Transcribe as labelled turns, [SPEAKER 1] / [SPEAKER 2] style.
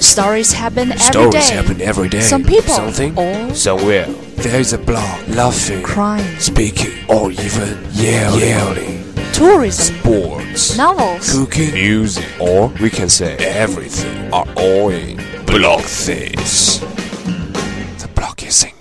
[SPEAKER 1] Stories happen every
[SPEAKER 2] Stories
[SPEAKER 1] day.
[SPEAKER 2] happen every day.
[SPEAKER 1] Some people
[SPEAKER 2] something,
[SPEAKER 1] or
[SPEAKER 2] somewhere. There is a blog, laughing,
[SPEAKER 1] crime,
[SPEAKER 2] speaking, or even yelling, yelling
[SPEAKER 1] tourism,
[SPEAKER 2] sports,
[SPEAKER 1] novels.
[SPEAKER 2] cooking, music, or we can say everything are all in blog things. The blog is in.